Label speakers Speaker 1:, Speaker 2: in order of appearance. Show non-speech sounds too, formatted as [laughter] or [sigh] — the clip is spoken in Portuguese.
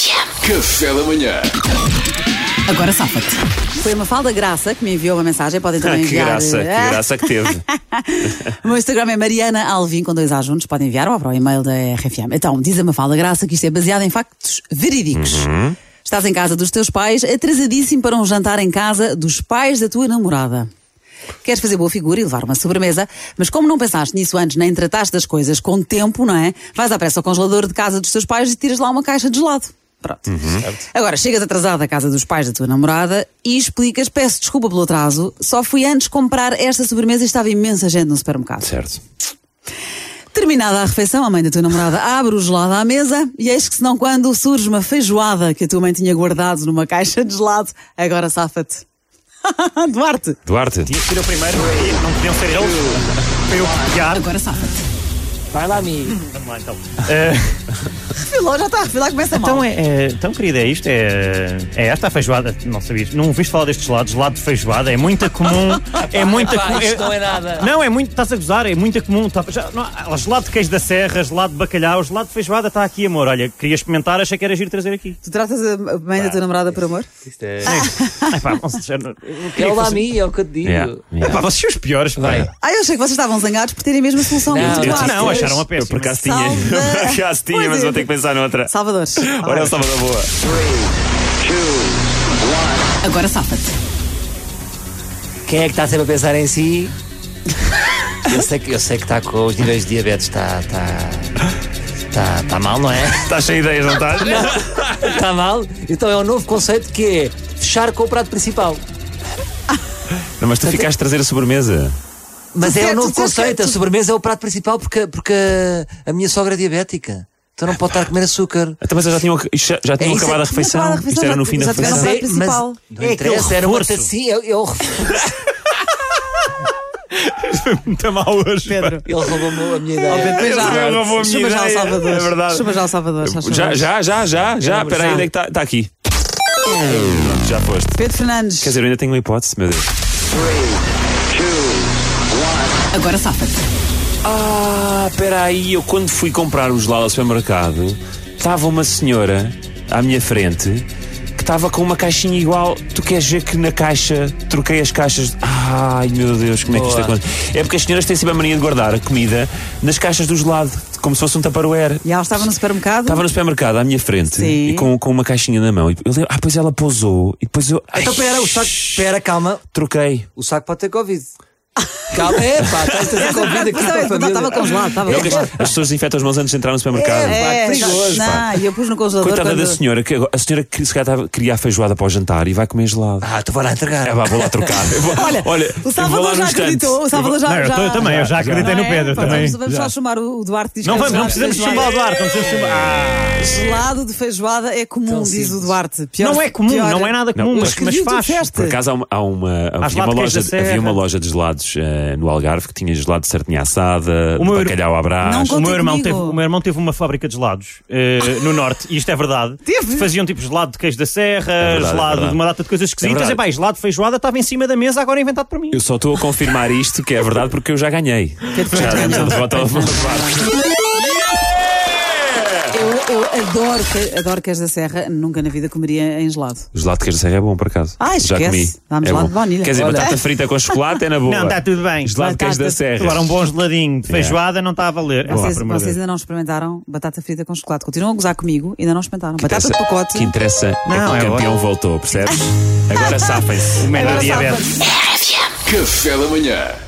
Speaker 1: Café da manhã.
Speaker 2: Agora safa-te.
Speaker 3: Foi uma falda graça que me enviou uma mensagem, podem
Speaker 4: Ah,
Speaker 3: também
Speaker 4: [laughs] que
Speaker 3: enviar.
Speaker 4: graça, que
Speaker 3: Ah,
Speaker 4: graça
Speaker 3: [laughs]
Speaker 4: que teve.
Speaker 3: O meu Instagram é Mariana Alvim, com dois A juntos, podem enviar ou para o e-mail da RFM. Então, diz a Mafalda Graça que isto é baseado em factos verídicos.
Speaker 4: Uhum.
Speaker 5: Uhum.
Speaker 3: Estás em casa dos teus pais, atrasadíssimo para um jantar em casa dos pais da tua namorada. Queres fazer boa figura e levar uma sobremesa, mas como não pensaste nisso antes, nem trataste das coisas com tempo, não é? Vais à pressa ao congelador de casa dos teus pais e tiras lá uma caixa de gelado. Pronto. Agora, chegas atrasado à casa dos pais da tua namorada e explicas: peço desculpa pelo atraso, só fui antes comprar esta sobremesa e estava imensa gente no supermercado.
Speaker 4: Certo.
Speaker 3: Terminada a refeição, a mãe da tua namorada abre o gelado à mesa e eis que senão quando surge uma feijoada que a tua mãe tinha guardado numa caixa de gelado, agora safa-te. [laughs] Duarte,
Speaker 4: Duarte,
Speaker 5: Tinha que ser eu primeiro, não podiam ser eles. Para eu copiar.
Speaker 2: Agora safa-te.
Speaker 6: É
Speaker 5: Vai lá, amigo. Vamos lá, então.
Speaker 3: filó, já está, filó começa mal.
Speaker 5: Então, é, é- então, querida, é isto? É, é esta a feijoada? Não sabias? Não ouviste falar destes lados? Gelado de feijoada? É muito
Speaker 6: [laughs]
Speaker 5: comum. É muito comum.
Speaker 6: isto não é nada.
Speaker 5: Não, é muito. Estás a gozar? É muito comum. Tá, já, não, há gelado de queijo da serra, gelado de bacalhau, gelado de feijoada está aqui, amor. Olha, queria experimentar, achei que era giro
Speaker 3: [laughs]
Speaker 5: trazer aqui.
Speaker 3: Tu tratas a mãe da tua namorada por amor?
Speaker 5: Ai, pá, não sei, já não- eu
Speaker 6: É
Speaker 5: queria
Speaker 6: o
Speaker 5: que fosse-
Speaker 6: Lami, é o que eu te digo.
Speaker 4: Yeah.
Speaker 5: É pá, vocês são os piores, pá.
Speaker 6: Vai.
Speaker 3: Ah, eu achei que vocês estavam zangados por terem a mesma solução.
Speaker 6: Não,
Speaker 3: Muito
Speaker 4: Eu
Speaker 3: Duarte.
Speaker 4: tinha-
Speaker 5: não, acharam a péssima.
Speaker 4: eu por acaso
Speaker 5: [laughs]
Speaker 4: tinha.
Speaker 3: Salve.
Speaker 4: Eu por acaso tinha,
Speaker 3: Pois
Speaker 4: mas
Speaker 3: é.
Speaker 4: vou ter que pensar noutra.
Speaker 3: Salvadores.
Speaker 4: Olha, o Salvador Boa.
Speaker 2: Agora safa-te.
Speaker 6: Quem é que está sempre a pensar em si? Eu sei que, eu sei que está com os níveis de diabetes, está, está, está, está mal, não é?
Speaker 4: Estás sem Tá ideias, não estás?
Speaker 6: Está mal? Então é um novo conceito que é fechar com o prato principal.
Speaker 4: Não, mas tu
Speaker 3: é
Speaker 4: ficaste a trazer a sobremesa.
Speaker 6: Mas
Speaker 3: Tu
Speaker 6: é um
Speaker 3: disseste-
Speaker 6: novo
Speaker 3: tu disseste que-
Speaker 6: conceito, a
Speaker 3: tu-
Speaker 6: sobremesa é o prato principal porque, porque a minha sogra é diabética. Então não pode estar a comer
Speaker 3: É
Speaker 6: açúcar.
Speaker 4: Então, mas já tinham, já, já tinham
Speaker 6: isso,
Speaker 4: acabado a
Speaker 3: tinha é acabado
Speaker 4: refeição.
Speaker 3: a refeição,
Speaker 4: Isto era no fim
Speaker 3: já
Speaker 4: da
Speaker 3: tiveram
Speaker 4: refeição.
Speaker 3: Era o prato principal.
Speaker 6: é,
Speaker 3: É
Speaker 6: não interessa, era uma tacinha. Eu, eu,
Speaker 5: Muito mal hoje. pá.
Speaker 3: Pedro.
Speaker 6: ele roubou-me a minha ideia.
Speaker 3: Pois É. já.
Speaker 4: Eu roubou a minha
Speaker 3: Chupa já o
Speaker 4: ideia,
Speaker 3: Salvador.
Speaker 4: é verdade.
Speaker 3: Chupa já o Salvador. faz
Speaker 4: Já,
Speaker 3: favor.
Speaker 4: já, já, já, já. Espera aí,
Speaker 3: já.
Speaker 4: onde é que está? Está aqui. Pronto, já foste.
Speaker 3: Pedro Fernandes.
Speaker 4: Quer dizer, eu ainda tenho uma hipótese, meu Deus.
Speaker 2: Agora safa-te.
Speaker 4: Ah, peraí, eu quando fui comprar o gelado ao supermercado, estava uma senhora à minha frente que estava com uma caixinha igual. Tu queres ver que na caixa troquei as caixas? Ai meu Deus, como é que isto
Speaker 6: Boa.
Speaker 4: acontece? É porque as senhoras têm sempre a mania de guardar a comida nas caixas do gelado, como se fosse um taparoeira.
Speaker 3: E ela estava no supermercado.
Speaker 4: Estava no supermercado à minha frente
Speaker 3: Sim.
Speaker 4: e com, com uma caixinha na mão. E eu lembro, ah, pois ela pousou e depois eu.
Speaker 6: Então
Speaker 4: ai,
Speaker 6: pera, o saco, pera, calma,
Speaker 4: Troquei.
Speaker 6: O saco pode ter Covid. Calma, é pá, estás a ter Covid aqui
Speaker 3: Pois é,
Speaker 6: para a família.
Speaker 3: Estava congelado. Estava
Speaker 4: É o que as, as pessoas desinfetam as mãos antes de entrar no supermercado.
Speaker 6: É,
Speaker 3: É,
Speaker 6: pá, que
Speaker 3: já-
Speaker 6: perigoso, pá.
Speaker 3: não, e eu pus no congelador.
Speaker 4: Coitada
Speaker 3: quando-
Speaker 4: da senhora, que agora- a senhora que se calhar tava- queria a feijoada para o jantar e vai comer gelado.
Speaker 6: Ah, tu vai lá entregar.
Speaker 4: É, vá, vou lá trocar. Eu vou-
Speaker 3: Olha, o
Speaker 4: eu
Speaker 3: Salvador
Speaker 4: vou lá num
Speaker 3: já
Speaker 4: instante.
Speaker 3: acreditou. O Salvador já.
Speaker 5: Não, eu,
Speaker 3: já...
Speaker 5: tô- eu também, eu já acreditei
Speaker 3: Não
Speaker 5: no
Speaker 3: é?
Speaker 5: Pedro.
Speaker 3: Pronto,
Speaker 5: também.
Speaker 3: Vamos
Speaker 5: Já.
Speaker 3: só chamar o, o Duarte. diz que
Speaker 5: Não,
Speaker 3: é
Speaker 5: vamos, não
Speaker 3: gelado.
Speaker 5: precisamos
Speaker 3: Feijoada.
Speaker 5: chumbar o Duarte, não precisamos chumbar. Ah,
Speaker 3: Gelado de feijoada é comum,
Speaker 6: Tão
Speaker 3: diz o
Speaker 6: simples.
Speaker 3: Duarte. Pior-
Speaker 5: não é comum,
Speaker 3: pior-
Speaker 5: não é nada
Speaker 4: Não,
Speaker 5: comum,
Speaker 4: mas
Speaker 5: mas,
Speaker 3: que
Speaker 5: mas
Speaker 3: dia tu
Speaker 5: faz.
Speaker 3: fizeste?
Speaker 4: Por acaso há uma, há uma- havia,
Speaker 5: gelado
Speaker 4: uma
Speaker 5: de queijo
Speaker 4: loja,
Speaker 5: da serra.
Speaker 4: havia uma loja de gelados eh, no Algarve que tinha gelado de sardinha assada,
Speaker 5: O meu-
Speaker 4: bacalhau à brás.
Speaker 3: Não
Speaker 5: O
Speaker 3: Contem
Speaker 5: meu, irmão
Speaker 3: comigo.
Speaker 5: teve, o meu irmão teve uma fábrica de gelados eh, no norte, e isto é verdade.
Speaker 3: Teve?
Speaker 5: Faziam tipo gelado de queijo da serra,
Speaker 4: verdade, é
Speaker 5: gelado
Speaker 4: verdade. É
Speaker 5: de uma data de coisas esquisitas.
Speaker 4: verdade.
Speaker 5: e pá, e gelado de feijoada estava em cima da mesa, agora é inventado por mim.
Speaker 4: Eu só estou a confirmar isto que é verdade porque eu já ganhei. Já demos a derrota então, ao
Speaker 3: Eu, eu adoro, que- adoro queijo da serra, nunca na vida comeria em gelado.
Speaker 4: O gelado de queijo da serra é bom, por acaso.
Speaker 3: Ah,
Speaker 4: já
Speaker 3: esquece.
Speaker 4: comi.
Speaker 3: Dá-me
Speaker 4: é
Speaker 3: gelado
Speaker 4: bom.
Speaker 3: de baunilha.
Speaker 4: Quer dizer,
Speaker 3: Olha.
Speaker 4: batata frita com chocolate é na boa.
Speaker 5: não, está tudo bem.
Speaker 4: Gelado de queijo da
Speaker 3: Batata-
Speaker 4: serra.
Speaker 5: Agora um bom geladinho de feijoada não está a valer. É pá,
Speaker 3: Vocês,
Speaker 5: por amor de
Speaker 3: vocês
Speaker 5: Deus.
Speaker 3: ainda não experimentaram batata frita com chocolate. Continuam a gozar comigo, ainda não experimentaram. Batata de
Speaker 4: interessa-
Speaker 3: pacote.
Speaker 4: que interessa
Speaker 5: Não,
Speaker 4: é
Speaker 5: é
Speaker 4: que o campeão
Speaker 5: ótimo.
Speaker 4: voltou, percebes? Agora safem-se.
Speaker 5: O menor
Speaker 3: Agora
Speaker 5: diabetes.
Speaker 1: Café da manhã.